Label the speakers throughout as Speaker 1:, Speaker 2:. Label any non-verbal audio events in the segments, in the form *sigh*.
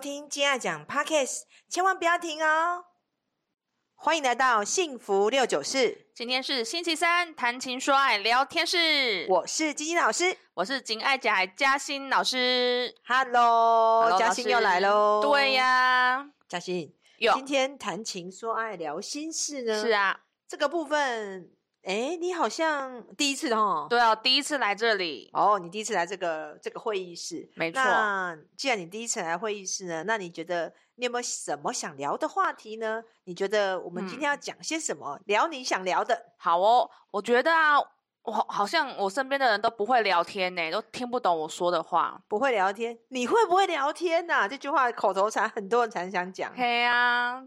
Speaker 1: 听《金爱讲 Podcast》，千万不要停哦！欢迎来到幸福六九四，
Speaker 2: 今天是星期三，谈情说爱聊天室。
Speaker 1: 我是晶晶老师。
Speaker 2: 我是金爱甲嘉欣老师，
Speaker 1: Hello，
Speaker 2: Hello，
Speaker 1: 哦嘉
Speaker 2: 老
Speaker 1: 欣
Speaker 2: 师
Speaker 1: 又来喽！
Speaker 2: 对、呀，
Speaker 1: 嘉欣，
Speaker 2: 有
Speaker 1: 今天谈情说爱聊心事呢。
Speaker 2: 是，啊，
Speaker 1: 这个部分，哎，你好像第一次哦。
Speaker 2: 对啊，第一次来这里，
Speaker 1: 哦，你第一次来这个这个会议室，
Speaker 2: 没错
Speaker 1: 那既然你第一次来会议室呢，那你觉得你有没有什么想聊的话题呢？你觉得我
Speaker 2: 嗯
Speaker 1: 们今天要讲些什么？聊你想聊的。
Speaker 2: 好哦。我觉得啊，我好像我身边的人都不会聊天呢，都听不懂我说的话。
Speaker 1: 不会聊天，你会不会聊天呐、这句话口头禅，很多人常想讲。
Speaker 2: 嘿啊，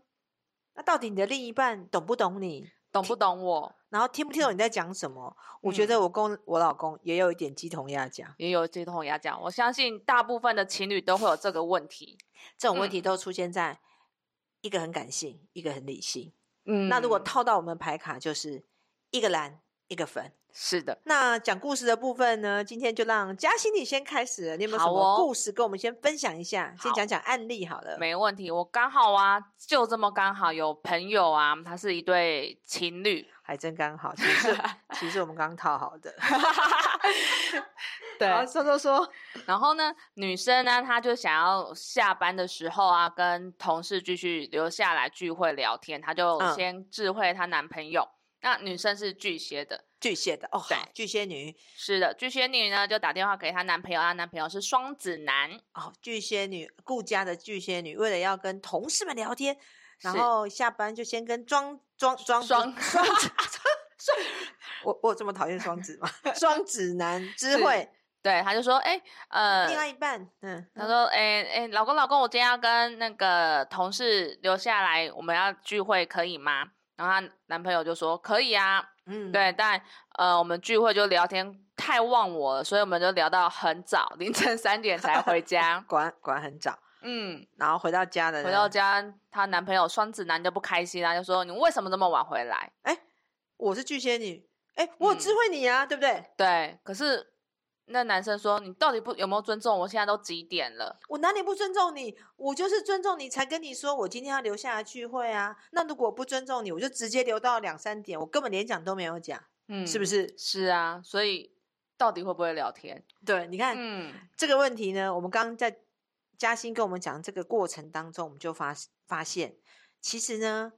Speaker 1: 那到底你的另一半懂不懂你？
Speaker 2: 懂不懂我？
Speaker 1: 然后听不听懂你在讲什么？我觉
Speaker 2: 嗯
Speaker 1: 得我跟我老公也有一点鸡同鸭讲，
Speaker 2: 也有这种牙讲，我相信大部分的情侣都会有这个问题。
Speaker 1: 这
Speaker 2: 嗯
Speaker 1: 种问题都出现在一个很感性，一个很理性。
Speaker 2: 嗯
Speaker 1: 那如果套到我们牌卡，就是一个蓝，一个粉。
Speaker 2: 是的，
Speaker 1: 那讲故事的部分呢，今天就让嘉欣你先开始了。你有没有什
Speaker 2: 好
Speaker 1: 么
Speaker 2: 哦
Speaker 1: 故事跟我们先分享一下？先
Speaker 2: 好
Speaker 1: 讲讲案例好了。
Speaker 2: 没问题。我刚好啊，就这么刚好有朋友啊，他是一对情侣，
Speaker 1: 还真刚好，其
Speaker 2: *laughs*
Speaker 1: 实其实我们刚套好的。好，说说说，
Speaker 2: 然后呢，女生呢，她就想要下班的时候啊，跟同事继续留下来聚会聊天，她就
Speaker 1: 嗯
Speaker 2: 先智慧她男朋友。那女生是巨蟹的，
Speaker 1: 巨蟹的哦，
Speaker 2: 对
Speaker 1: 好巨蟹女
Speaker 2: 是的，巨蟹女呢就打电话给她男朋友，她男朋友是双子男，
Speaker 1: 哦，巨蟹女顾家的巨蟹女，为了要跟同事们聊天，然
Speaker 2: 是
Speaker 1: 后下班就先跟装装装
Speaker 2: 双 *laughs*
Speaker 1: 我我有这么讨厌双子吗？双子
Speaker 2: *laughs*
Speaker 1: 男智慧，
Speaker 2: 对，她就说，哎、
Speaker 1: 另
Speaker 2: 呃，
Speaker 1: 外一半，嗯，
Speaker 2: 她说，哎、哎、老公老公，我今天要跟那个同事留下来，我们要聚会，可以吗？然后她男朋友就说，可以啊。
Speaker 1: 嗯，
Speaker 2: 对，但呃，我们聚会就聊天太忘我了，所以我们就聊到很早，凌晨三点才回家。
Speaker 1: 果然果然很早，
Speaker 2: *laughs* 嗯，
Speaker 1: 然后回到家的，
Speaker 2: 回到，家，她男朋友双子男就不开心啊啦，就说你为什么这么晚回来？
Speaker 1: 我是巨蟹女，哎，我有
Speaker 2: 嗯
Speaker 1: 智慧你啊，对不对？
Speaker 2: 对，可是那男生说你到底不有没有尊重我？现在都几点了？
Speaker 1: 我哪里不尊重你？我就是尊重你，才跟你说我今天要留下来聚会啊。那如果不尊重你，我就直接留到两三点，我根本连讲都没有讲，
Speaker 2: 嗯，
Speaker 1: 是不
Speaker 2: 是？
Speaker 1: 是？
Speaker 2: 是啊，所以到底会不会聊天？
Speaker 1: 对，你看、
Speaker 2: 嗯，
Speaker 1: 这个问题呢，我们刚刚在嘉欣跟我们讲这个过程当中，我们就发发现，其实呢，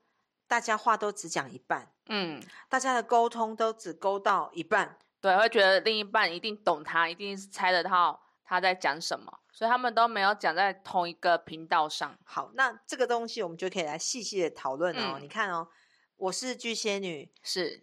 Speaker 1: 大家话都只讲一半，
Speaker 2: 嗯，
Speaker 1: 大家的沟通都只沟到一半。
Speaker 2: 对，会觉得另一半一定懂他，一定是猜得到他在讲什么，所以他们都没有讲在同一个频道上。
Speaker 1: 好，那这个东西我们就可以来细细的讨论哦。
Speaker 2: 嗯
Speaker 1: 你看哦，我是巨蟹女，
Speaker 2: 是，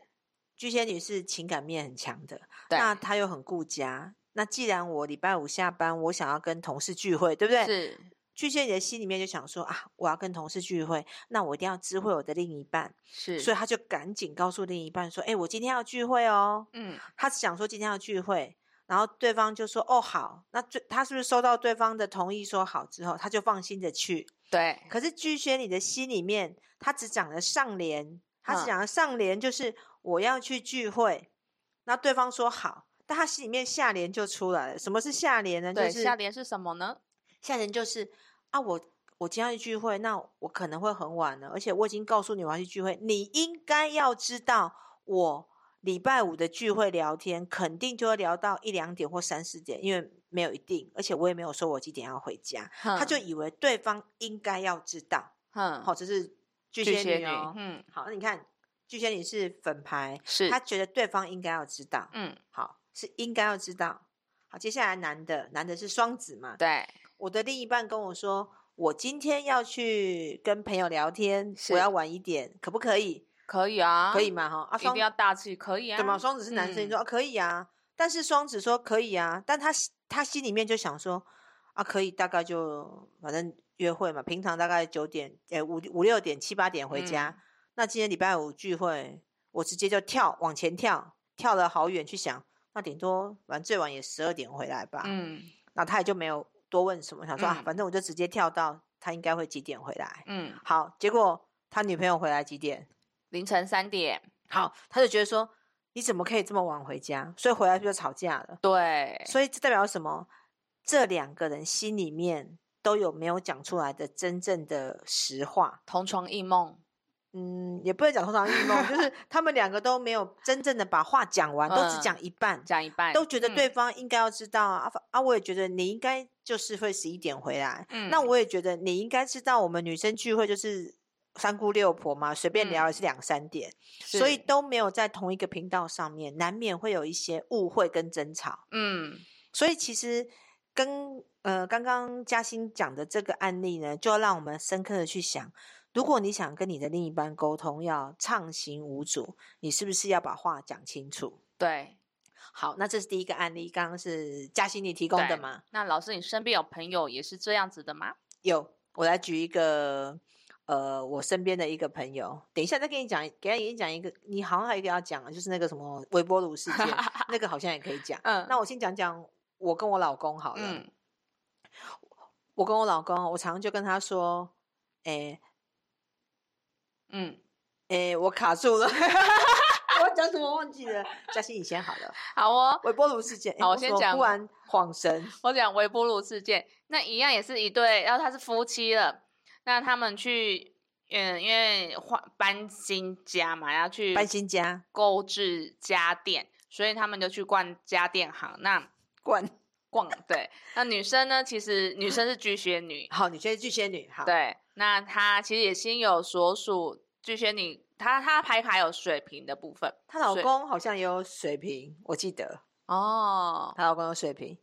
Speaker 1: 巨蟹女是情感面很强的，
Speaker 2: 对，
Speaker 1: 那她又很顾家。那既然我礼拜五下班，我想要跟同事聚会，对不对？
Speaker 2: 是，
Speaker 1: 巨蟹女的心里面就想说啊，我要跟同事聚会，那我一定要知会我的另一半，
Speaker 2: 是，
Speaker 1: 所以她就赶紧告诉另一半说：“哎、我今天要聚会哦。
Speaker 2: 嗯，”
Speaker 1: 她想说今天要聚会，然后对方就说：“哦，好。”那最她是不是收到对方的同意说好之后，她就放心的去？
Speaker 2: 对，
Speaker 1: 可是巨蟹女的心里面，她只讲了上联，她只
Speaker 2: 嗯
Speaker 1: 讲了上联，就是我要去聚会，那对方说好，但她心里面下联就出来了。什么是下联呢？就
Speaker 2: 对，
Speaker 1: 是
Speaker 2: 下联是什么呢？
Speaker 1: 下联就是啊，我我今天要去聚会，那我可能会很晚了，而且我已经告诉你我要去聚会，你应该要知道我礼拜五的聚会聊天肯定就会聊到一两点或三四点，因为没有一定，而且我也没有说我几点要回家，
Speaker 2: 他
Speaker 1: 他就以为对方应该要知道。
Speaker 2: 嗯，
Speaker 1: 好，这是巨
Speaker 2: 巨
Speaker 1: 蟹
Speaker 2: 蟹
Speaker 1: 女
Speaker 2: 女，
Speaker 1: 哦。
Speaker 2: 嗯，
Speaker 1: 好，那你看巨蟹女是粉牌，
Speaker 2: 是
Speaker 1: 她，觉得对方应该要知道，
Speaker 2: 嗯，
Speaker 1: 好是应该要知道。好，接下来男的，男的是双子嘛？
Speaker 2: 对，
Speaker 1: 我的另一半跟我说，我今天要去跟朋友聊天，
Speaker 2: 是
Speaker 1: 我要晚一点，可不可以？
Speaker 2: 可以啊，
Speaker 1: 可以？吗？哈，啊，
Speaker 2: 一定
Speaker 1: 双
Speaker 2: 要大气，可以啊，
Speaker 1: 对吗？双子是男生，你说、啊、可以啊，但是双子说可以啊，但他心他心里面就想说啊，可以，大概就反正约会嘛，平常大概九点，呃五五六点七八点
Speaker 2: 嗯
Speaker 1: 回家，那今天礼拜五聚会，我直接就跳往前跳，跳了好远去想，那顶多反正最晚也十二点回来吧，
Speaker 2: 嗯
Speaker 1: 那他也就没有多问什么，想说、啊，
Speaker 2: 嗯
Speaker 1: 反正我就直接跳到他应该会几点回来，
Speaker 2: 嗯，
Speaker 1: 好，结果他女朋友回来几点？
Speaker 2: 凌晨三点，
Speaker 1: 好，他就觉得说你怎么可以这么晚回家？所以回来就吵架了。
Speaker 2: 对，
Speaker 1: 所以这代表什么？这两个人心里面都有没有讲出来的真正的实话。
Speaker 2: 同床异梦，
Speaker 1: 嗯，也不能讲通常异梦，
Speaker 2: *laughs*
Speaker 1: 就是他们两个都没有真正的把话讲完，都只讲一半，
Speaker 2: 讲一半
Speaker 1: 都觉得
Speaker 2: 嗯
Speaker 1: 对方应该要知道啊、啊！我也觉得你应该就是会十一点回来，
Speaker 2: 嗯
Speaker 1: 那我也觉得你应该知道，我们女生聚会就是三姑六婆嘛，随便聊也是两三点，所以
Speaker 2: 嗯是
Speaker 1: 都没有在同一个频道上面，难免会有一些误会跟争吵。
Speaker 2: 嗯
Speaker 1: 所以其实跟呃刚刚嘉欣讲的这个案例呢，就让我们深刻的去想，如果你想跟你的另一半沟通要畅行无阻，你是不是要把话讲清楚？
Speaker 2: 对
Speaker 1: 好，那这是第一个案例，刚刚是嘉欣你提供的
Speaker 2: 对
Speaker 1: 嘛？
Speaker 2: 那老师，你身边有朋友也是这样子的吗？
Speaker 1: 有，我来举一个。呃，我身边的一个朋友，等一下再跟你讲，给你讲一个，你好像还有一个要讲，就是那个什么微波炉事
Speaker 2: *laughs*
Speaker 1: 件，那个好像也可以讲。
Speaker 2: 嗯
Speaker 1: 那我先讲讲我跟我老公好了。
Speaker 2: 嗯，
Speaker 1: 我跟我老公，我常常就跟他说：“诶、
Speaker 2: 嗯，
Speaker 1: 诶、哎我卡住了， *laughs* 我要讲什么忘记了。”嘉欣，你先好了。
Speaker 2: 好哦。
Speaker 1: 微波炉事件，诶哎
Speaker 2: 好我
Speaker 1: 为什
Speaker 2: 先
Speaker 1: 么
Speaker 2: 讲
Speaker 1: 忽然恍神，
Speaker 2: 我讲微波炉事件，那一样也是一对，然后他是夫妻了，那他们去，嗯，因为换搬新家嘛，要去
Speaker 1: 搬新家
Speaker 2: 购置家电，所以他们就去逛家电行。那 *laughs*
Speaker 1: 冠。
Speaker 2: 逛对，那女生呢，其实女生是巨蟹女，
Speaker 1: 好，你先是巨蟹女，好，，
Speaker 2: 对，那她其实也心有所属，巨蟹女，她她牌卡有水瓶的部分
Speaker 1: 她老
Speaker 2: 水
Speaker 1: 公好像也有水瓶，我记得
Speaker 2: 哦，
Speaker 1: 她老公有水瓶，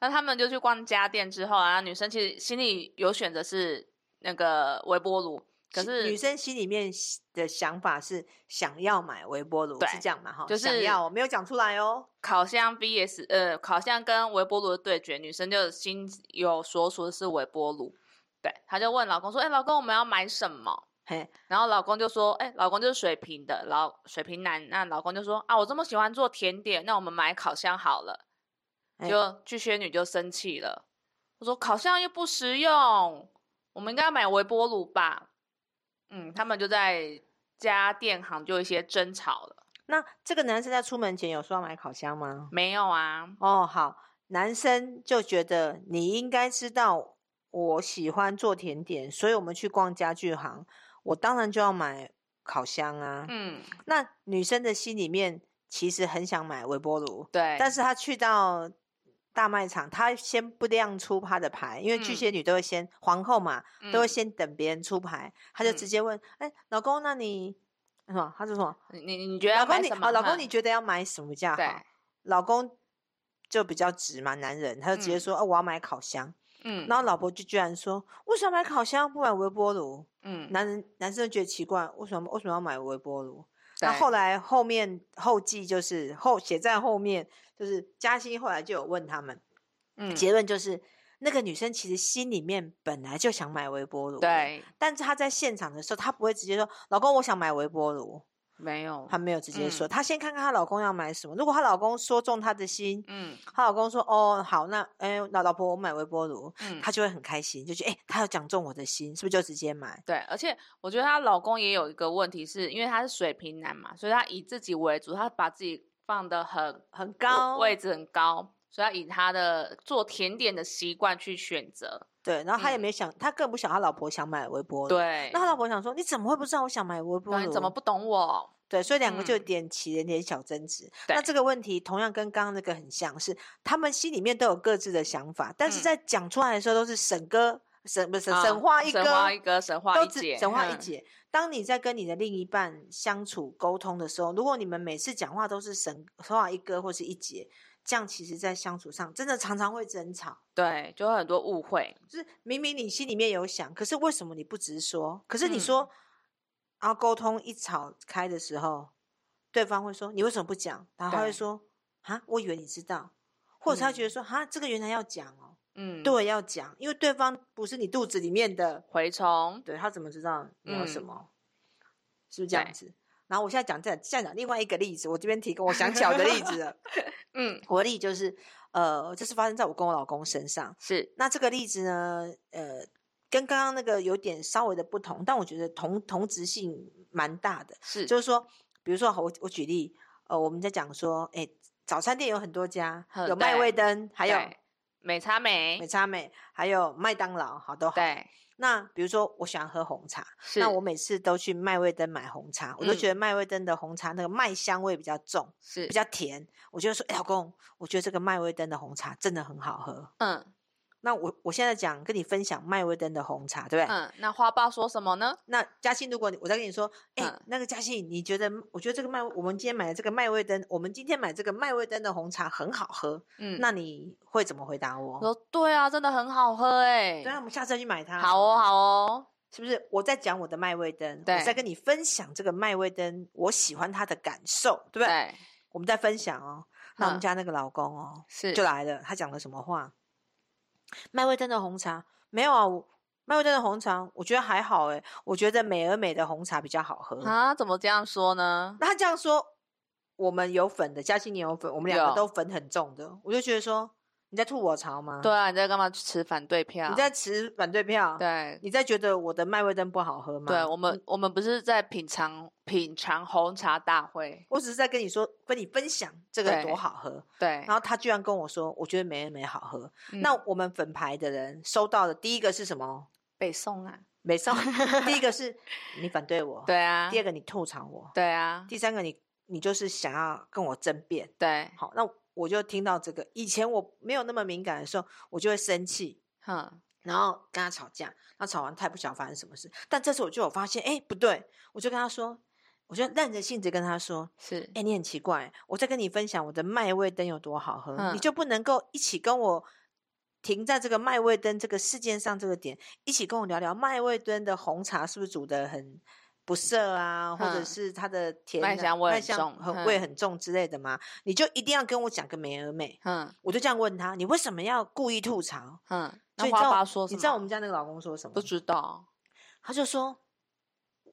Speaker 2: 那他们就去逛家电之后啊，女生其实心里有选择是那个微波炉，可
Speaker 1: 心
Speaker 2: 是
Speaker 1: 女生心里面的想法是想要买微波炉，
Speaker 2: 对
Speaker 1: 是这样嘛？哈，
Speaker 2: 就
Speaker 1: 想
Speaker 2: 是
Speaker 1: 要，没有讲出来哦。
Speaker 2: 烤箱 VS 呃烤箱跟微波炉的对决，女生就心有所属的是微波炉。对，她就问老公说：“哎、老公，我们要买什么
Speaker 1: 嘿，？”
Speaker 2: 然后老公就说：“哎、老公就是水瓶的，老水瓶男。”那老公就说：“啊，我这么喜欢做甜点，那我们买烤箱好了。”
Speaker 1: 哎
Speaker 2: 就巨蟹女就生气了，我说：“烤箱又不实用，我们应该买微波炉吧？”嗯，他们就在家电行就有一些争吵了。
Speaker 1: 那这个男生在出门前有说要买烤箱吗？
Speaker 2: 没有啊，
Speaker 1: 哦，好，男生就觉得你应该知道我喜欢做甜点，所以我们去逛家具行，我当然就要买烤箱啊。
Speaker 2: 嗯，
Speaker 1: 那女生的心里面其实很想买微波炉，
Speaker 2: 对，
Speaker 1: 但是她去到大卖场，她先不亮出她的牌，因为巨
Speaker 2: 嗯
Speaker 1: 蟹女都会先皇后嘛，都会
Speaker 2: 嗯
Speaker 1: 先等别人出牌，她就直接问：“哎、老公，那你什么？”她说什么？
Speaker 2: 你你你觉得
Speaker 1: 老
Speaker 2: 要
Speaker 1: 公
Speaker 2: 买
Speaker 1: 你
Speaker 2: 什么？
Speaker 1: 哦，老公你觉得要买什么比较
Speaker 2: 对
Speaker 1: 好？，老公就比较直嘛，男人他就直接
Speaker 2: 嗯
Speaker 1: 说：“哦，我要买烤箱。
Speaker 2: 嗯，
Speaker 1: 然后老婆就居然说：“为什么要买烤箱不买微波炉？”
Speaker 2: 嗯，
Speaker 1: 男人男生就觉得奇怪，为什么为什么要买微波炉？
Speaker 2: 对
Speaker 1: 那后来后面后记就是后写在后面，就是嘉欣后来就有问他们，
Speaker 2: 嗯
Speaker 1: 结论就是那个女生其实心里面本来就想买微波炉，，
Speaker 2: 对
Speaker 1: 但是她在现场的时候，她不会直接说：“老公，我想买微波炉。”
Speaker 2: 没有
Speaker 1: 她没有直接
Speaker 2: 嗯
Speaker 1: 说，她先看看她老公要买什么。如果她老公说中她的心，
Speaker 2: 嗯
Speaker 1: 她老公说：“哦，好，那哎，老老婆，我买微波炉。”
Speaker 2: 嗯
Speaker 1: 她就会很开心，就觉得哎，她有讲中我的心，是不是就直接买？
Speaker 2: 对，而且我觉得她老公也有一个问题是，因为他是水瓶男嘛，所以他以自己为主，他把自己放的很
Speaker 1: 很高，
Speaker 2: 位置很高，所以他以他的做甜点的习惯去选择。
Speaker 1: 对，然后她也
Speaker 2: 嗯
Speaker 1: 没想，她更不想她老婆想买微波炉。
Speaker 2: 对，
Speaker 1: 那她老婆想说：“你怎么会不知道我想买微波
Speaker 2: 对
Speaker 1: 炉？
Speaker 2: 你怎么不懂我？
Speaker 1: 对？”所以两个就有
Speaker 2: 嗯
Speaker 1: 点起了点小争执。
Speaker 2: 对
Speaker 1: 那这个问题同样跟刚刚那个很像是，他们心里面都有各自的想法，但是
Speaker 2: 嗯
Speaker 1: 在讲出来的时候都是沈哥沈不是沈
Speaker 2: 啊
Speaker 1: 沈话一
Speaker 2: 神
Speaker 1: 哥，
Speaker 2: 话一哥，神话
Speaker 1: 都
Speaker 2: 一
Speaker 1: 只
Speaker 2: 姐，
Speaker 1: 神话一
Speaker 2: 嗯，
Speaker 1: 姐。当你在跟你的另一半相处沟通的时候，如果你们每次讲话都是神神话一哥或是一姐，这样其实在相处上真的常常会争吵。
Speaker 2: 对，就会很多误会。
Speaker 1: 就是明明你心里面有想，可是为什么你不直说？可是你
Speaker 2: 嗯
Speaker 1: 说，然后沟通一吵开的时候，对方会说你为什么不讲？然后他会
Speaker 2: 对
Speaker 1: 说啊，我以为你知道，或者他觉得说啊、这个原来要讲哦，
Speaker 2: 嗯，，
Speaker 1: 对，要讲，因为对方不是你肚子里面的
Speaker 2: 蛔虫，
Speaker 1: 对他怎么知道你要什
Speaker 2: 嗯
Speaker 1: 么？是不是这样
Speaker 2: 对
Speaker 1: 子？然后我现在讲这现在讲另外一个例子，我这边提供我想起来我的例子
Speaker 2: *laughs*
Speaker 1: 了。
Speaker 2: 嗯，
Speaker 1: 我的例子就是，呃，这是发生在我跟我老公身上。
Speaker 2: 是，
Speaker 1: 那这个例子呢，呃，跟刚刚那个有点稍微的不同，但我觉得同同质性蛮大的。
Speaker 2: 是，
Speaker 1: 就是说，比如说好，我我举例，呃，我们在讲说，哎，早餐店有很多家，
Speaker 2: 呃
Speaker 1: 有卖
Speaker 2: 对
Speaker 1: 味灯，还有
Speaker 2: 对美差
Speaker 1: 美
Speaker 2: 美，
Speaker 1: 差美，还有麦当劳，好都好。
Speaker 2: 对，
Speaker 1: 那比如说，我喜欢喝红茶，
Speaker 2: 是，嗯
Speaker 1: 那我每次都去麦味登买红茶，我都觉得麦味登的红茶那个麦香味比较重，
Speaker 2: 是
Speaker 1: 比较甜。我就说，哎、老公，我觉得这个麦味登的红茶真的很好喝。
Speaker 2: 嗯
Speaker 1: 那我我现在讲跟你分享麦味登的红茶，对不对？
Speaker 2: 嗯。那花豹说什么呢？
Speaker 1: 那嘉欣，如果你我再跟你说，哎、
Speaker 2: 嗯
Speaker 1: 那个嘉欣，你觉得？我觉得这个麦，我们今天买的这个麦味登，我们今天买这个麦味登的红茶很好喝，
Speaker 2: 嗯，
Speaker 1: 那你会怎么回答我？
Speaker 2: 我说对啊，真的很好喝哎、
Speaker 1: 对啊，我们下次再去买它。
Speaker 2: 好哦，好哦，
Speaker 1: 是不是？我在讲我的麦味登，我
Speaker 2: 对
Speaker 1: 在跟你分享这个麦味登，我喜欢它的感受，对不对？
Speaker 2: 对，
Speaker 1: 我们在分享哦。那我们
Speaker 2: 嗯
Speaker 1: 家那个老公哦，
Speaker 2: 是，
Speaker 1: 就来了，他讲了什么话？麦味登的红茶没有啊，我麦味登的红茶我觉得还好诶，我觉得美而美的红茶比较好喝。
Speaker 2: 啊，怎么这样说呢？
Speaker 1: 那他这样说，我们有粉的，嘉欣你有粉，我们两个
Speaker 2: 有
Speaker 1: 都粉很重的，我就觉得说你在吐我槽吗？
Speaker 2: 对，啊，你在干嘛去持反对票？
Speaker 1: 你在持反啊对票，
Speaker 2: 对
Speaker 1: 你在觉得我的麦味登不好喝吗？
Speaker 2: 对，我们我们不是在品尝品尝红茶大会？
Speaker 1: 我只是在跟你说，跟你分享这个
Speaker 2: 对
Speaker 1: 多好喝。
Speaker 2: 对
Speaker 1: 然，后他居然跟我说，我觉得美而美好喝。
Speaker 2: 嗯
Speaker 1: 那我们粉牌的人收到的第一个是什么？
Speaker 2: 北宋啊，
Speaker 1: 美
Speaker 2: *laughs*
Speaker 1: 少，第一个是你反对我，
Speaker 2: 对啊，
Speaker 1: 第二个你吐槽我，
Speaker 2: 对啊，
Speaker 1: 第三个你你就是想要跟我争辩。
Speaker 2: 对，
Speaker 1: 好，那我就听到这个，以前我没有那么敏感的时候，我就会生气，
Speaker 2: 哼，
Speaker 1: 然后跟他吵架，那吵完他也不晓得发生什么事。但这次我就有发现，哎，不对，我就跟他说，我就耐着性子跟他说，
Speaker 2: 是
Speaker 1: 哎、，你很奇怪，我在跟你分享我的麦味登有多好喝，
Speaker 2: 嗯
Speaker 1: 你就不能够一起跟我停在这个麦味登这个事件上这个点，一起跟我聊聊麦味登的红茶是不是煮的很不涩啊，或者
Speaker 2: 嗯
Speaker 1: 是它的甜
Speaker 2: 麦
Speaker 1: 啊
Speaker 2: 香味
Speaker 1: 麦
Speaker 2: 很
Speaker 1: 香
Speaker 2: 重
Speaker 1: 很味
Speaker 2: 嗯
Speaker 1: 很重之类的吗？你就一定要跟我讲个美而美。
Speaker 2: 哼
Speaker 1: 我就这样问他，你为什么要故意吐槽？
Speaker 2: 哼，
Speaker 1: 所以你
Speaker 2: 那
Speaker 1: 知
Speaker 2: 花
Speaker 1: 道
Speaker 2: 爸说什
Speaker 1: 你
Speaker 2: 么？
Speaker 1: 知道我们家那个老公说什么
Speaker 2: 不？知道，
Speaker 1: 他就说：“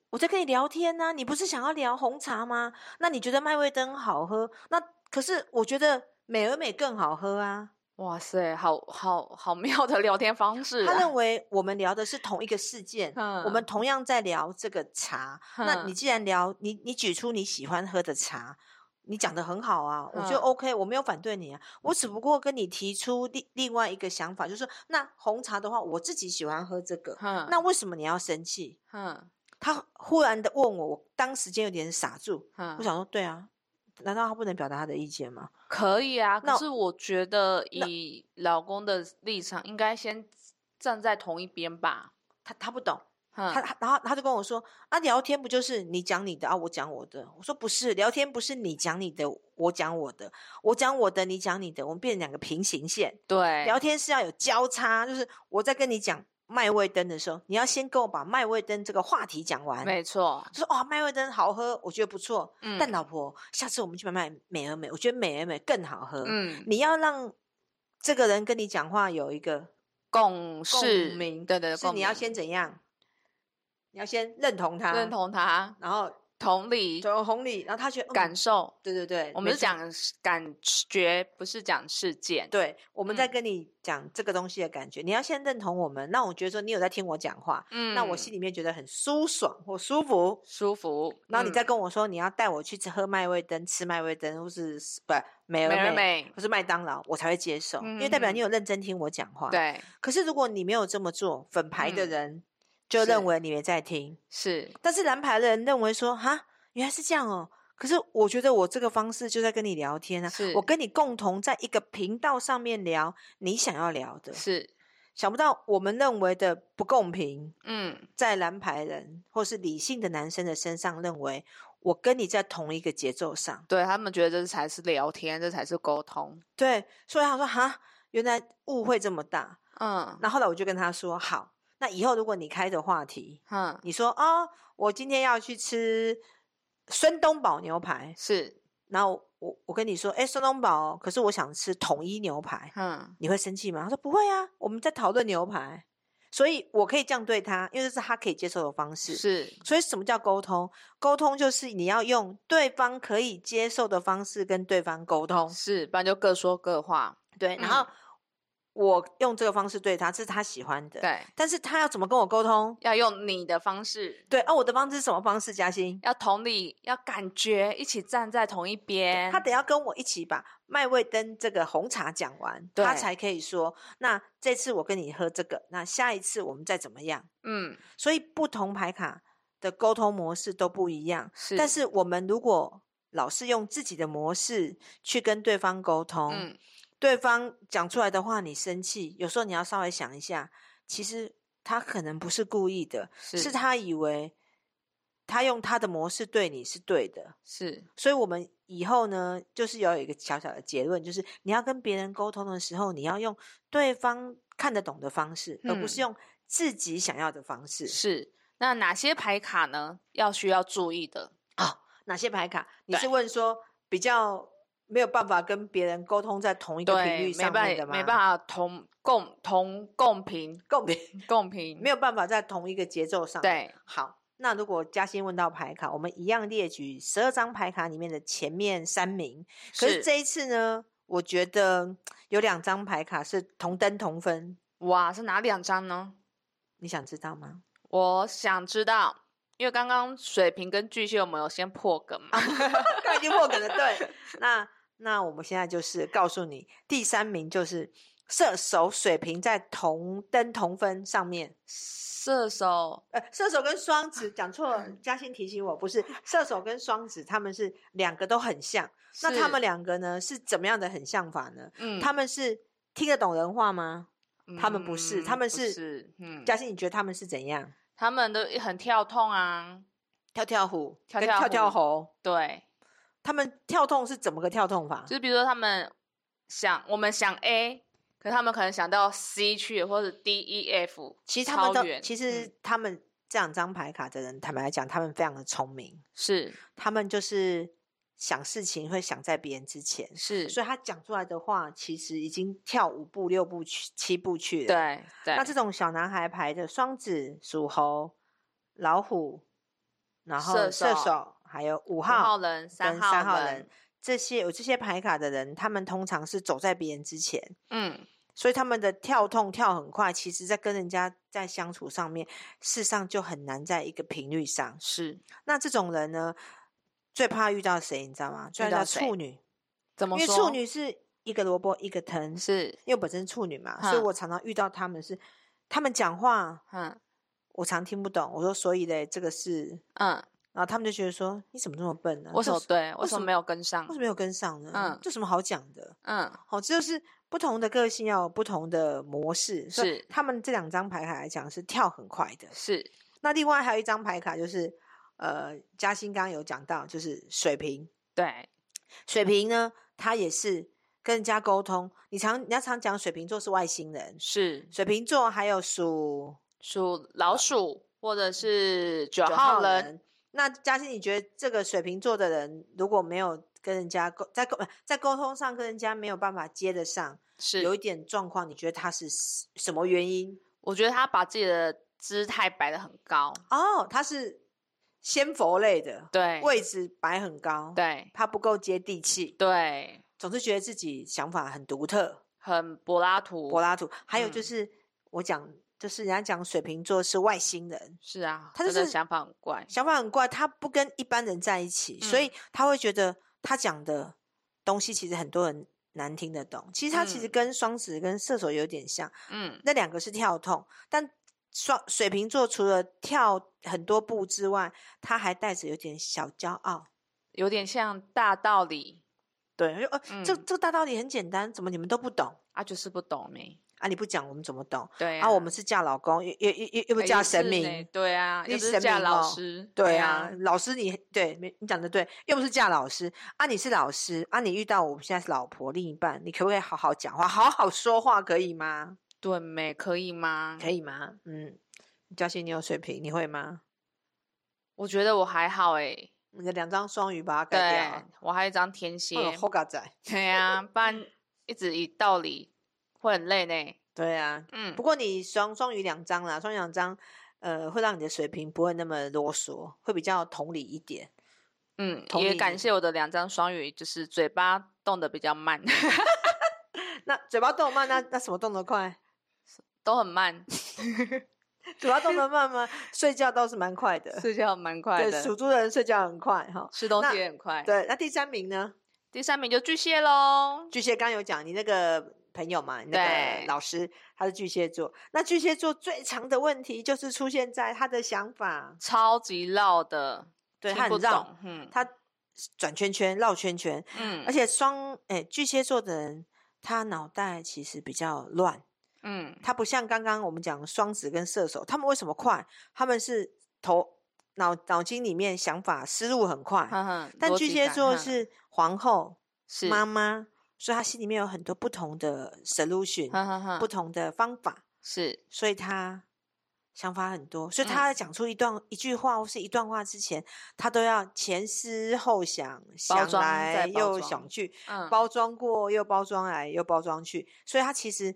Speaker 1: 我在跟你聊天呢、你不是想要聊红茶吗？那你觉得麦味登好喝？那可是我觉得美而美更好喝啊。
Speaker 2: 哇塞，好好好妙的聊天方式
Speaker 1: 他
Speaker 2: 啊，
Speaker 1: 认为我们聊的是同一个事件，我们
Speaker 2: 嗯
Speaker 1: 同样在聊这个茶。那你
Speaker 2: 嗯
Speaker 1: 既然聊，你你举出你喜欢喝的茶。”你讲的很好啊，我就
Speaker 2: 嗯
Speaker 1: OK，我没有反对你啊，我只不过跟你提出另另外一个想法，就是说，那红茶的话，我自己喜欢喝这个，
Speaker 2: 哼，
Speaker 1: 那为什么你要生气？
Speaker 2: 哼
Speaker 1: 他忽然的问我，我当时间有点傻住，
Speaker 2: 哼
Speaker 1: 我，想说，对啊，难道他不能表达他的意见吗？
Speaker 2: 可以啊，可
Speaker 1: 那
Speaker 2: 是我觉得
Speaker 1: 那
Speaker 2: 以老公的立场，应该先站在同一边吧。
Speaker 1: 他他不懂，
Speaker 2: 哼
Speaker 1: 他他然后他就跟我说啊，聊天不就是你讲你的啊，我讲我的？我说不是，聊天不是你讲你的，我讲我的，我讲我的，你讲你的，我们变成两个平行线。
Speaker 2: 对，
Speaker 1: 聊天是要有交叉，就是我在跟你讲麦味登的时候，你要先跟我把麦味登这个话题讲完。
Speaker 2: 没错，
Speaker 1: 就说哦，麦味登好喝，我觉得不错。
Speaker 2: 嗯
Speaker 1: 但老婆，下次我们去买买美而美，我觉得美而美更好喝。
Speaker 2: 嗯，
Speaker 1: 你要让这个人跟你讲话有一个
Speaker 2: 共事
Speaker 1: 鸣
Speaker 2: 对对，
Speaker 1: 是
Speaker 2: 共
Speaker 1: 你要
Speaker 2: 鸣
Speaker 1: 先怎啊样？你要先认同他，
Speaker 2: 认，同他，
Speaker 1: 然后
Speaker 2: 同理，
Speaker 1: 走红礼，然后他觉得、
Speaker 2: 感
Speaker 1: 嗯，
Speaker 2: 受。
Speaker 1: 对对对，
Speaker 2: 我们
Speaker 1: 没
Speaker 2: 是
Speaker 1: 错
Speaker 2: 讲感觉，不是讲事件。
Speaker 1: 对，我们在
Speaker 2: 嗯
Speaker 1: 跟你讲这个东西的感觉，你要先认同我们，那我觉得说你有在听我讲话，
Speaker 2: 嗯，
Speaker 1: 那我心里面觉得很舒爽或舒服。
Speaker 2: 舒服。
Speaker 1: 然后你
Speaker 2: 嗯
Speaker 1: 再跟我说你要带我去吃喝麦味登、吃麦味登，或是不美
Speaker 2: 美
Speaker 1: 而
Speaker 2: 而
Speaker 1: 美，
Speaker 2: 美，
Speaker 1: 或是麦当劳，我才会接受，因为代表你
Speaker 2: 嗯
Speaker 1: 有认真听我讲话。
Speaker 2: 对，
Speaker 1: 可是如果你没有这么做，粉牌的
Speaker 2: 嗯
Speaker 1: 人、就认
Speaker 2: 是
Speaker 1: 为你没在听，
Speaker 2: 是，
Speaker 1: 但是蓝牌的人认为说，哈，原来是这样哦。可是我觉得我这个方式就在跟你聊天啊，
Speaker 2: 是
Speaker 1: 我跟你共同在一个频道上面聊你想要聊的。
Speaker 2: 是，
Speaker 1: 想不到我们认为的不公平，
Speaker 2: 嗯，
Speaker 1: 在蓝牌人或是理性的男生的身上，认为我跟你在同一个节奏上。
Speaker 2: 对他们觉得这才是聊天，这才是沟通。
Speaker 1: 对，所以他说，哈，原来误会这么大。
Speaker 2: 嗯
Speaker 1: 那后来我就跟他说，好，那以后如果你开的话题，
Speaker 2: 哼，
Speaker 1: 你说哦，我今天要去吃孙东宝牛排，
Speaker 2: 是，
Speaker 1: 然后我我跟你说，哎，孙东宝，可是我想吃统一牛排，
Speaker 2: 嗯，
Speaker 1: 你会生气吗？他说不会啊，我们在讨论牛排，所以我可以这样对他，因为这是他可以接受的方式。
Speaker 2: 是，
Speaker 1: 所以什么叫沟通？沟通就是你要用对方可以接受的方式跟对方沟通，
Speaker 2: 是，不然就各说各话。
Speaker 1: 对，然后。我用这个方式对他，这是他喜欢的。
Speaker 2: 对，
Speaker 1: 但是他要怎么跟我沟通？
Speaker 2: 要用你的方式，
Speaker 1: 对，哦，我的方式是什么方式？嘉欣，
Speaker 2: 要同理，要感觉，一起站在同一边。
Speaker 1: 他得要跟我一起把麦味登这个红茶讲完，他
Speaker 2: 对
Speaker 1: 才可以说。那这次我跟你喝这个，那下一次我们再怎么样？
Speaker 2: 嗯，
Speaker 1: 所以不同牌卡的沟通模式都不一样。
Speaker 2: 是，
Speaker 1: 但是我们如果老是用自己的模式去跟对方沟通，
Speaker 2: 嗯，
Speaker 1: 对方讲出来的话你生气，有时候你要稍微想一下，其实他可能不是故意的，
Speaker 2: 是
Speaker 1: 是他以为他用他的模式对你是对的。
Speaker 2: 是
Speaker 1: 所以我们以后呢，就是要有一个小小的结论，就是你要跟别人沟通的时候，你要用对方看得懂的方式，而不是用自己想要的方式。
Speaker 2: 嗯是。那哪些牌卡呢？要需要注意的？
Speaker 1: 哦，哪些牌卡？你是
Speaker 2: 对
Speaker 1: 问说比较没有办法跟别人沟通在同一个频率
Speaker 2: 对，没
Speaker 1: 上面
Speaker 2: 办
Speaker 1: 的吗？
Speaker 2: 没办法同共同共频
Speaker 1: 共鸣，
Speaker 2: 共频，
Speaker 1: 没有办法在同一个节奏上。，
Speaker 2: 对，
Speaker 1: 好，那如果嘉欣问到牌卡，我们一样列举十二张牌卡里面的前面三名。可是这一次呢，我觉得有两张牌卡是同登同分，
Speaker 2: 哇是哪两张呢？
Speaker 1: 你想知道 *laughs* 吗？
Speaker 2: 我想知道，因为刚刚水瓶跟巨蟹我们有先破梗嘛，
Speaker 1: 啊刚已经破梗了，对。 *laughs* 那那我们现在就是告诉你，第三名就是射手、水瓶在同登同分上面。
Speaker 2: 射手
Speaker 1: 呃，射手跟双子讲错 *laughs* 了，嘉欣提醒我，不是射手跟双子，他们是两个都很像。那他
Speaker 2: 是
Speaker 1: 们两个呢是怎么样的很像法呢？
Speaker 2: 嗯
Speaker 1: 他们是听得懂人话吗？他们不是他
Speaker 2: 嗯
Speaker 1: 们
Speaker 2: 不
Speaker 1: 是
Speaker 2: 是嗯，
Speaker 1: 嘉欣，你觉得他们是怎样？
Speaker 2: 他们都很跳痛啊，
Speaker 1: 跳跳虎
Speaker 2: 跳
Speaker 1: 跟
Speaker 2: 跳
Speaker 1: 跳跳
Speaker 2: 虎
Speaker 1: 猴，
Speaker 2: 对，
Speaker 1: 他们跳痛是怎么个跳痛法
Speaker 2: 就？是比如说他们想我们想 A，可是他们可能想到 C 去了或者 D E F，
Speaker 1: 其实他们
Speaker 2: 超
Speaker 1: 都，
Speaker 2: 远
Speaker 1: 其
Speaker 2: 嗯
Speaker 1: 实他们这两张牌卡的人，坦白来讲，他们非常的聪明，
Speaker 2: 是
Speaker 1: 他们就是想事情会想在别人之前，
Speaker 2: 是，
Speaker 1: 所以他讲出来的话，其实已经跳五步、六步去、七步去了。，
Speaker 2: 对对，
Speaker 1: 那这种小男孩牌的双子、属猴、老虎，然后
Speaker 2: 射
Speaker 1: 射
Speaker 2: 手
Speaker 1: 手，还有五
Speaker 2: 五
Speaker 1: 号跟
Speaker 2: 人三
Speaker 1: 三
Speaker 2: 号
Speaker 1: 号人，这些有这些牌卡的人，他们通常是走在别人之前，
Speaker 2: 嗯
Speaker 1: 所以他们的跳痛跳很快，其实在跟人家在相处上面，事实上就很难在一个频率上。
Speaker 2: 是
Speaker 1: 那这种人呢，最怕遇到谁，你知道吗？最怕
Speaker 2: 遇
Speaker 1: 遇
Speaker 2: 到
Speaker 1: 到
Speaker 2: 谁
Speaker 1: 处女，
Speaker 2: 怎么
Speaker 1: 因为
Speaker 2: 说
Speaker 1: 处女是一个萝卜一个藤，
Speaker 2: 是
Speaker 1: 因为我本身是处女嘛，所以
Speaker 2: 嗯
Speaker 1: 我常常遇到他们是，他们讲话
Speaker 2: 嗯
Speaker 1: 我常听不懂。我说所以嘞，这个是，
Speaker 2: 嗯，
Speaker 1: 然后他们就觉得说你怎么这么笨呢、
Speaker 2: 为什
Speaker 1: 这
Speaker 2: 么对为
Speaker 1: 啊为
Speaker 2: 什
Speaker 1: 什
Speaker 2: 么
Speaker 1: 么
Speaker 2: 没有跟上
Speaker 1: 为？什么没有跟上呢？
Speaker 2: 嗯
Speaker 1: 这什么好讲的？
Speaker 2: 嗯
Speaker 1: 好、这就是不同的个性要有不同的模式。所以
Speaker 2: 是
Speaker 1: 他们这两张牌卡来讲是跳很快的。
Speaker 2: 是
Speaker 1: 那另外还有一张牌卡就是，呃，嘉欣刚刚有讲到，就是水瓶。
Speaker 2: 对
Speaker 1: 水瓶呢，他也是跟人家沟通。你常人家常讲水瓶座是外星人，
Speaker 2: 是
Speaker 1: 水瓶座还有属
Speaker 2: 属老鼠或者是九
Speaker 1: 九
Speaker 2: 号
Speaker 1: 号
Speaker 2: 人，
Speaker 1: 人。那嘉欣，你觉得这个水瓶座的人如果没有跟人家沟在沟在沟通上跟人家没有办法接得上，
Speaker 2: 是
Speaker 1: 有一点状况，你觉得他是什什么原因？
Speaker 2: 我觉得他把自己的姿态摆得很高，
Speaker 1: 哦，他是仙佛类的，
Speaker 2: 对
Speaker 1: 位置摆很高，，
Speaker 2: 对
Speaker 1: 他不够接地气，
Speaker 2: 对，
Speaker 1: 总是觉得自己想法很独特。
Speaker 2: 很柏拉图，
Speaker 1: 柏拉图，还有就
Speaker 2: 嗯
Speaker 1: 是、我讲，就是人家讲水瓶座是外星人，
Speaker 2: 是啊，
Speaker 1: 他
Speaker 2: 真
Speaker 1: 就
Speaker 2: 的
Speaker 1: 是
Speaker 2: 想法很怪，
Speaker 1: 想法很怪，他不跟一般人在一起，所
Speaker 2: 嗯
Speaker 1: 以他会觉得他讲的东西其实很多人难听得懂。其实他其实
Speaker 2: 嗯
Speaker 1: 跟双子跟射手有点像，
Speaker 2: 嗯
Speaker 1: 那两个是跳痛，但双水瓶座除了跳很多步之外，他还带着有点小骄傲。
Speaker 2: 有点像大道理
Speaker 1: 对，就呃，这
Speaker 2: 嗯
Speaker 1: 这个大道理很简单，怎么你们都不懂
Speaker 2: 啊，就是不懂没
Speaker 1: 啊？你不讲我们怎么懂？
Speaker 2: 对
Speaker 1: 啊，我们是嫁老公，又又又又又不
Speaker 2: 哎
Speaker 1: 嫁
Speaker 2: 也
Speaker 1: 神
Speaker 2: 是
Speaker 1: 明，
Speaker 2: 呢对啊，
Speaker 1: 又
Speaker 2: 又
Speaker 1: 是
Speaker 2: 不是
Speaker 1: 神
Speaker 2: 嫁
Speaker 1: 明
Speaker 2: 老
Speaker 1: 哦
Speaker 2: 师，
Speaker 1: 对啊，老师你对，没你讲的对，又不是嫁老师啊，你是老师啊，你遇到我现在是老婆另一半，你可不可以好好讲话，好好说话，可以吗？
Speaker 2: 对没可以吗？
Speaker 1: 可以吗？嗯，嘉欣，你有水平，你会吗？
Speaker 2: 我觉得我还好哎，
Speaker 1: 你的两张双鱼把它改
Speaker 2: 对
Speaker 1: 掉
Speaker 2: 我还有一张天蝎，
Speaker 1: 啊，后嘎仔，
Speaker 2: 对啊，不然一直以道理会很累呢，
Speaker 1: 对啊。
Speaker 2: 嗯
Speaker 1: 不，过你双双鱼两张啦，双鱼两张，呃，会让你的水平不会那么啰嗦，会比较同理一点。
Speaker 2: 嗯，
Speaker 1: 同
Speaker 2: 也感
Speaker 1: 理
Speaker 2: 谢我的两张双语，就是嘴巴动得比较慢。
Speaker 1: 那嘴巴动得慢，那那什么动得快？
Speaker 2: *laughs* 都很慢，
Speaker 1: 嘴巴动得慢吗？睡觉 *laughs* 倒是蛮快的。
Speaker 2: 睡觉蛮快
Speaker 1: 对，属
Speaker 2: 的，
Speaker 1: 猪的人睡觉很快哈。
Speaker 2: 吃东
Speaker 1: 那
Speaker 2: 西也很快。
Speaker 1: 对，那第三名呢？
Speaker 2: 第三名就巨蟹喽，
Speaker 1: 巨蟹刚有讲，你那个朋友嘛，你那
Speaker 2: 对
Speaker 1: 个老师他是巨蟹座。那巨蟹座最常的问题就是出现在他的想法，
Speaker 2: 超级绕的，
Speaker 1: 对
Speaker 2: 听
Speaker 1: 他
Speaker 2: 不
Speaker 1: 很绕，
Speaker 2: 懂，嗯
Speaker 1: 他转圈圈绕圈圈，
Speaker 2: 嗯，
Speaker 1: 而且双哎、巨蟹座的人，他脑袋其实比较乱，
Speaker 2: 嗯
Speaker 1: 他不像刚刚我们讲双子跟射手，他们为什么快？他们是头脑脑筋里面想法思路很快，
Speaker 2: 哼哼，
Speaker 1: 但
Speaker 2: 逻
Speaker 1: 巨
Speaker 2: 辑
Speaker 1: 蟹
Speaker 2: 感
Speaker 1: 座
Speaker 2: 哼
Speaker 1: 是皇后
Speaker 2: 是
Speaker 1: 嗯妈，妈，所以他心里面有很多不同的
Speaker 2: *laughs*
Speaker 1: solution，
Speaker 2: 哼哼哼
Speaker 1: 不同的方法，
Speaker 2: 是
Speaker 1: 所以他想法很多，
Speaker 2: 嗯
Speaker 1: 所以他在讲出一段、一句话或是一段话之前，他都要前思后想，想
Speaker 2: 装
Speaker 1: 来
Speaker 2: 再包
Speaker 1: 又
Speaker 2: 装
Speaker 1: 想去，
Speaker 2: 嗯
Speaker 1: 包装过又包装来又包装去，所以他其实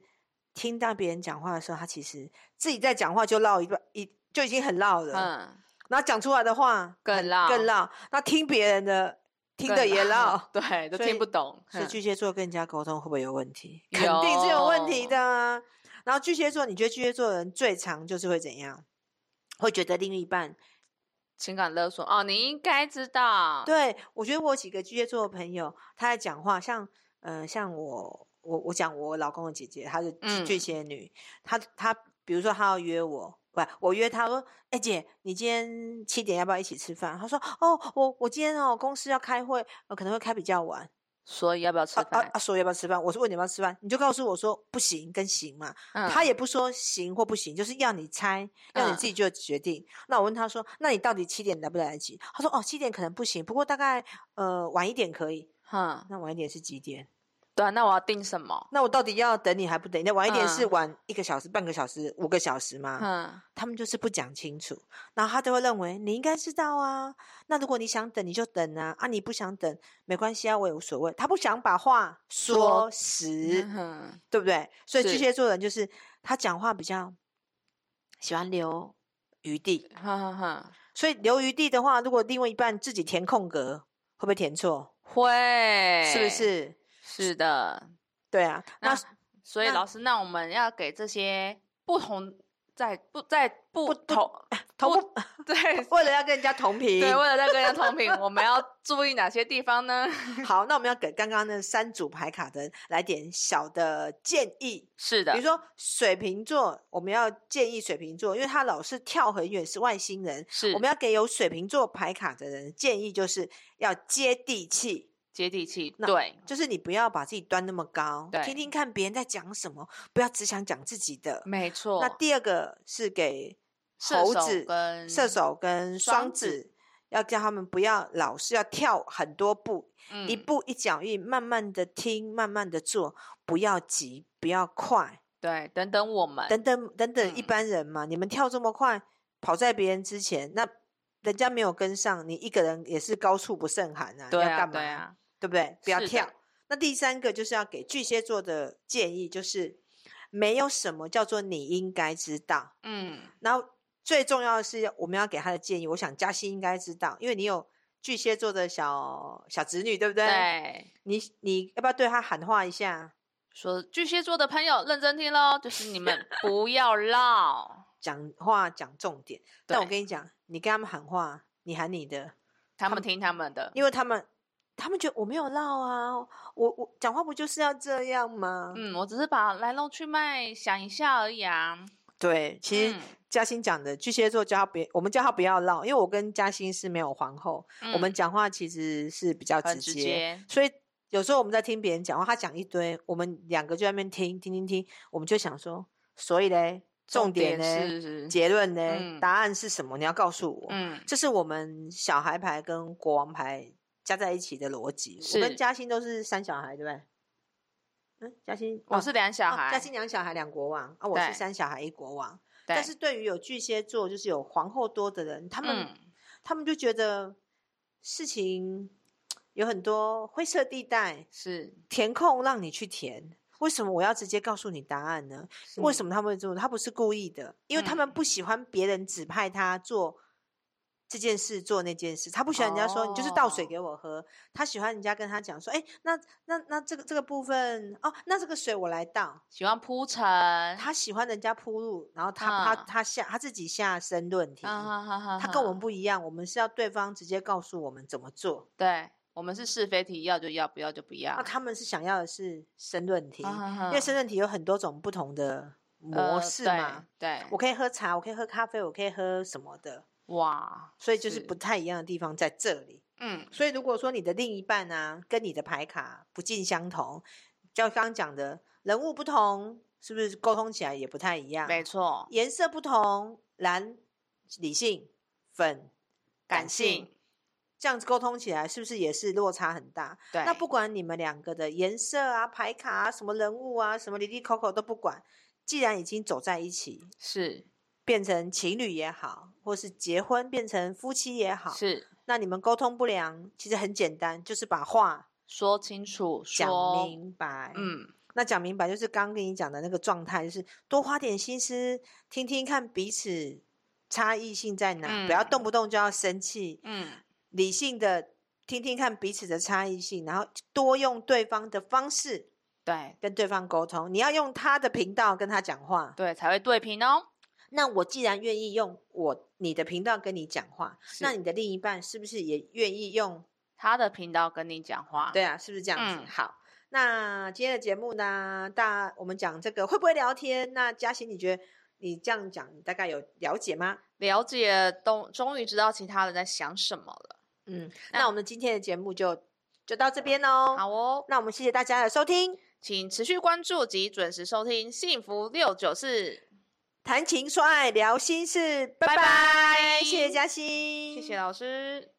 Speaker 1: 听到别人讲话的时候，他其实自己在讲话就绕一段一就已经很绕了，
Speaker 2: 嗯
Speaker 1: 然后讲出来的话
Speaker 2: 更
Speaker 1: 很
Speaker 2: 绕
Speaker 1: 更绕，那听别人的听
Speaker 2: 更。
Speaker 1: 的也绕
Speaker 2: *laughs* 嗯对，都
Speaker 1: 所
Speaker 2: 听
Speaker 1: 以
Speaker 2: 不懂，
Speaker 1: 所以
Speaker 2: 哼
Speaker 1: 巨蟹座跟人家沟通会不会有问题？肯定是有问题
Speaker 2: 有
Speaker 1: 的啊。然后巨蟹座，你觉得巨蟹座的人最常就是会怎样？会觉得另一半
Speaker 2: 情感勒索哦，你应该知道，，
Speaker 1: 对，我觉得我有几个巨蟹座的朋友，他在讲话，像呃，像我，我我讲我老公的姐姐，她是巨巨
Speaker 2: 嗯
Speaker 1: 蟹女，她她比如说她要约我，不，我约她说，哎、姐，你今天七点要不要一起吃饭？她说，哦，我我今天哦公司要开会，呃可能会开比较晚，
Speaker 2: 所以要不要吃
Speaker 1: 啊啊
Speaker 2: 饭？
Speaker 1: 啊，说要不要吃饭？我是问你要不要吃饭，你就告诉我说不行跟行嘛，
Speaker 2: 嗯
Speaker 1: 他也不说行或不行，就是要你猜，要你
Speaker 2: 嗯
Speaker 1: 自己就决定。那我问他说：“那你到底七点来不来得及？”他说：“哦，七点可能不行，不过大概呃晚一点可以。
Speaker 2: 哼，
Speaker 1: 那晚一点是几点？
Speaker 2: 对啊，那我要订什么？
Speaker 1: 那我到底要等你还不等你？那晚一点是
Speaker 2: 嗯
Speaker 1: 晚一个小时、半个小时、五个小时吗？
Speaker 2: 哼，
Speaker 1: 他们就是不讲清楚，然后他都会认为你应该知道啊。那如果你想等，你就等啊；啊，你不想等没关系啊，我也无所谓。他不想把话说
Speaker 2: 说嗯
Speaker 1: 实，
Speaker 2: 哼
Speaker 1: 对不对？所以巨
Speaker 2: 是
Speaker 1: 蟹座人就是他讲话比较喜欢留余地，
Speaker 2: 哼哼哼，
Speaker 1: 所以留余地的话，如果另外一半自己填空格，会不会填错？
Speaker 2: 会
Speaker 1: 是不？是？
Speaker 2: 是的，
Speaker 1: 对啊，那
Speaker 2: 那所以
Speaker 1: 那
Speaker 2: 老师，那我们要给这些不同在不在不同
Speaker 1: 同
Speaker 2: 不
Speaker 1: 不
Speaker 2: 对
Speaker 1: *laughs* 为了要跟人家同频，
Speaker 2: 对，为了在跟人家同频，我们要注意哪些地方呢？ *laughs*
Speaker 1: 好，那我们要给刚刚那三组牌卡的人来点小的建议。
Speaker 2: 是的，
Speaker 1: 比如说水瓶座，我们要建议水瓶座，因为他老是跳很远，是外星人。
Speaker 2: 是
Speaker 1: 我们要给有水瓶座牌卡的人建议，就是要接地气，
Speaker 2: 接地气，
Speaker 1: 那
Speaker 2: 对，
Speaker 1: 就是你不要把自己端那么高，
Speaker 2: 对
Speaker 1: 听听看别人在讲什么，不要只想讲自己的。
Speaker 2: 没错。
Speaker 1: 那第二个是给
Speaker 2: 射
Speaker 1: 猴
Speaker 2: 手
Speaker 1: 子、
Speaker 2: 跟
Speaker 1: 射手跟
Speaker 2: 双
Speaker 1: 双
Speaker 2: 子
Speaker 1: 子，要叫他们不要老是要跳很多步，一
Speaker 2: 嗯
Speaker 1: 步一脚印，慢慢的听，慢慢的做，不要急，不要快，
Speaker 2: 对，等等我们，
Speaker 1: 等等等等，一
Speaker 2: 呃嗯
Speaker 1: 般人嘛，你们跳这么快，跑在别人之前，那人家没有跟上，你一个人也是高处不胜寒啊，
Speaker 2: 对
Speaker 1: 要
Speaker 2: 啊
Speaker 1: 干嘛？
Speaker 2: 对啊，
Speaker 1: 对不对？不要
Speaker 2: 是的
Speaker 1: 跳。那第三个就是要给巨蟹座的建议，就是没有什么叫做你应该知道，
Speaker 2: 嗯，
Speaker 1: 然后最重要的是我们要给他的建议。我想嘉欣应该知道，因为你有巨蟹座的小小侄女，对不对？
Speaker 2: 对。
Speaker 1: 你你要不要对她喊话一下？
Speaker 2: 说巨蟹座的朋友认真听喽，就是你们不要绕，
Speaker 1: 讲话讲重点。但我
Speaker 2: 对
Speaker 1: 跟你讲，你跟他们喊话，你喊你的，
Speaker 2: 他们听他们的，
Speaker 1: 因为他们他们觉得我没有闹啊，我我讲话不就是要这样吗？
Speaker 2: 嗯，我只是把来龙去脉想一下而已啊。
Speaker 1: 对，其实
Speaker 2: 嗯
Speaker 1: 嘉欣讲的巨蟹座叫他别，我们叫他不要唠，因为我跟嘉欣是没有皇后，我们
Speaker 2: 嗯
Speaker 1: 讲话其实是比较
Speaker 2: 很
Speaker 1: 直
Speaker 2: 直
Speaker 1: 接，
Speaker 2: 接，
Speaker 1: 所以有时候我们在听别人讲话，他讲一堆，我们两个就在那边听听听听，我们就想说，所以嘞，重点嘞，
Speaker 2: 是是，
Speaker 1: 结论嘞，
Speaker 2: 嗯
Speaker 1: 答案是什么？你要告诉我，
Speaker 2: 嗯，
Speaker 1: 这是我们小孩牌跟国王牌加在一起的逻辑。我跟
Speaker 2: 是
Speaker 1: 嘉欣都是三小孩，对不对？嗯，嘉欣，
Speaker 2: 我
Speaker 1: 哦
Speaker 2: 是两小
Speaker 1: 哦
Speaker 2: 孩
Speaker 1: 嘉，欣两小孩两国王啊，我是
Speaker 2: 对
Speaker 1: 三小孩一国王。
Speaker 2: 对
Speaker 1: 但是对于有巨蟹座，就是有皇后多的人，他们、
Speaker 2: 嗯，
Speaker 1: 他们就觉得事情有很多灰色地带，
Speaker 2: 是
Speaker 1: 填空让你去填。为什么我要直接告诉你答案呢？为什
Speaker 2: 么？
Speaker 1: 么他们会这么？他不是故意的，因为他们
Speaker 2: 嗯
Speaker 1: 不喜欢别人指派他做这这件事做那件事，他不喜欢人家说、你就是倒水给我
Speaker 2: 哦
Speaker 1: 喝，他喜欢人家跟他讲说，哎，那那那这个这个部分哦，那这个水我来倒，
Speaker 2: 喜欢铺陈，
Speaker 1: 他喜欢人家铺路，然后他、他
Speaker 2: 嗯
Speaker 1: 他下他自己下申论题，
Speaker 2: 他
Speaker 1: 他跟我们不一样，我们是要对方直接告诉我们怎么做，
Speaker 2: 对，我们是是非题，要就要，不要就不要
Speaker 1: 那。哦他们是想要的是申论题，
Speaker 2: 因
Speaker 1: 因为申论题有很多种不同的模式嘛，，
Speaker 2: 呃对，
Speaker 1: 我可以喝茶，我可以喝咖啡，我可以喝什么的，
Speaker 2: 哇，
Speaker 1: 所以就是
Speaker 2: 是
Speaker 1: 不太一样的地方在这里。
Speaker 2: 嗯，
Speaker 1: 所以如果说你的另一半啊，跟你的牌卡不尽相同，就刚刚讲的人物不同，是不是沟通起来也不太一样？
Speaker 2: 没错，
Speaker 1: 颜色不同，蓝理性，粉
Speaker 2: 感性，，
Speaker 1: 这样子沟通起来是不是也是落差很大？
Speaker 2: 对，
Speaker 1: 那不管你们两个的颜色啊、牌卡啊、什么人物啊、什么里里口口都不管，既然已经走在一起，
Speaker 2: 是
Speaker 1: 变成情侣也好，或是结婚变成夫妻也好，
Speaker 2: 是
Speaker 1: 那你们沟通不良其实很简单，就是把话
Speaker 2: 说清楚，
Speaker 1: 讲
Speaker 2: 说，
Speaker 1: 明白。，
Speaker 2: 嗯，
Speaker 1: 那讲明白就是刚跟你讲的那个状态，就是多花点心思，听听看彼此差异性在哪，不要
Speaker 2: 嗯
Speaker 1: 动不动就要生气，
Speaker 2: 嗯，
Speaker 1: 理性的听听看彼此的差异性，然后多用对方的方式
Speaker 2: 对
Speaker 1: 跟对方沟通。你要用他的频道跟他讲话，
Speaker 2: 对，才会对平哦。
Speaker 1: 那我既然愿意用我你的频道跟你讲话，那
Speaker 2: 是
Speaker 1: 你的另一半是不是也愿意用
Speaker 2: 他的频道跟你讲话，
Speaker 1: 对啊，是不是这样子？
Speaker 2: 嗯
Speaker 1: 好，那今天的节目呢，大我们讲这个会不会聊天？那嘉欣，你觉得你这样讲，你大概有了解吗？
Speaker 2: 了解，都终于知道其他人在想什么了。
Speaker 1: 嗯，
Speaker 2: 那
Speaker 1: 那我们今天的节目就就到这边喽。
Speaker 2: 好哦，
Speaker 1: 那我们谢谢大家的收听，
Speaker 2: 请持续关注及准时收听《幸福六九四》，
Speaker 1: 谈情说爱聊心事，拜
Speaker 2: 拜拜，
Speaker 1: 谢谢嘉欣，
Speaker 2: 谢谢老师。